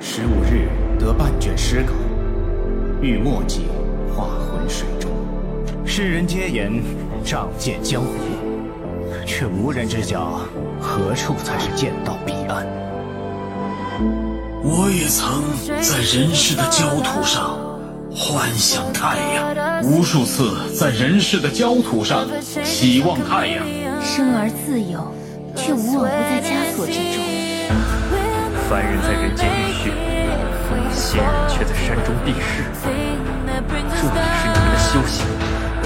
十五日得半卷诗稿，欲墨迹化浑水中。世人皆言仗剑江湖，却无人知晓何处才是剑道彼岸。我也曾在人世的焦土上幻想太阳，无数次在人世的焦土上希望太阳。生而自由，却无往不在枷锁之中。凡人在人间浴血，仙人却在山中避世。这也是你们的修行。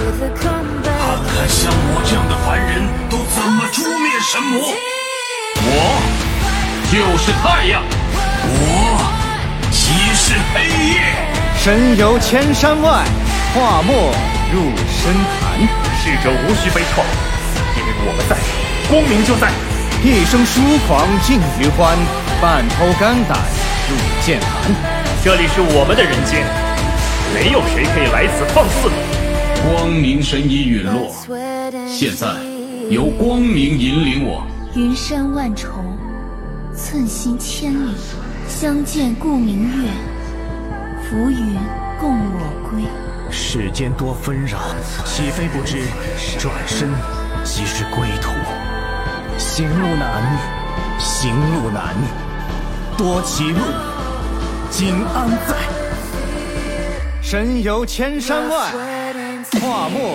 看看像我这样的凡人都怎么诛灭神魔，我就是太阳，我即是黑夜。身游千山外，化墨入深潭。逝者无需悲怆，因为我们在，光明就在。一生疏狂尽余欢，半剖肝胆入剑寒。这里是我们的人间，没有谁可以来此放肆。光明神已陨落，现在由光明引领我。云山万重，寸心千里，相见故明月。浮云共我归。世间多纷扰，岂非不知？转身即是归途。行路难，行路难，多歧路，今安在？身游千山外，化墨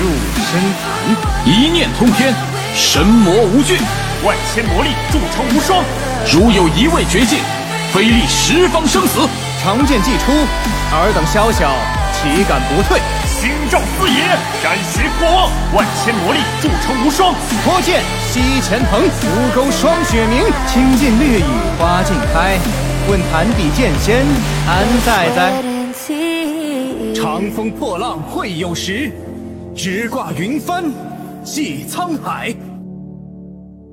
入深潭。一念通天，神魔无惧，万千魔力铸成无双，如有一味绝境，非立十方生死。长剑既出，尔等宵小，岂敢不退？星照四野，斩邪破妄，万千魔力铸成无双。脱剑西前鹏，吴钩霜雪明。清尽绿雨花尽开，问潭底剑仙安在哉？长风破浪会有时，直挂云帆济沧海。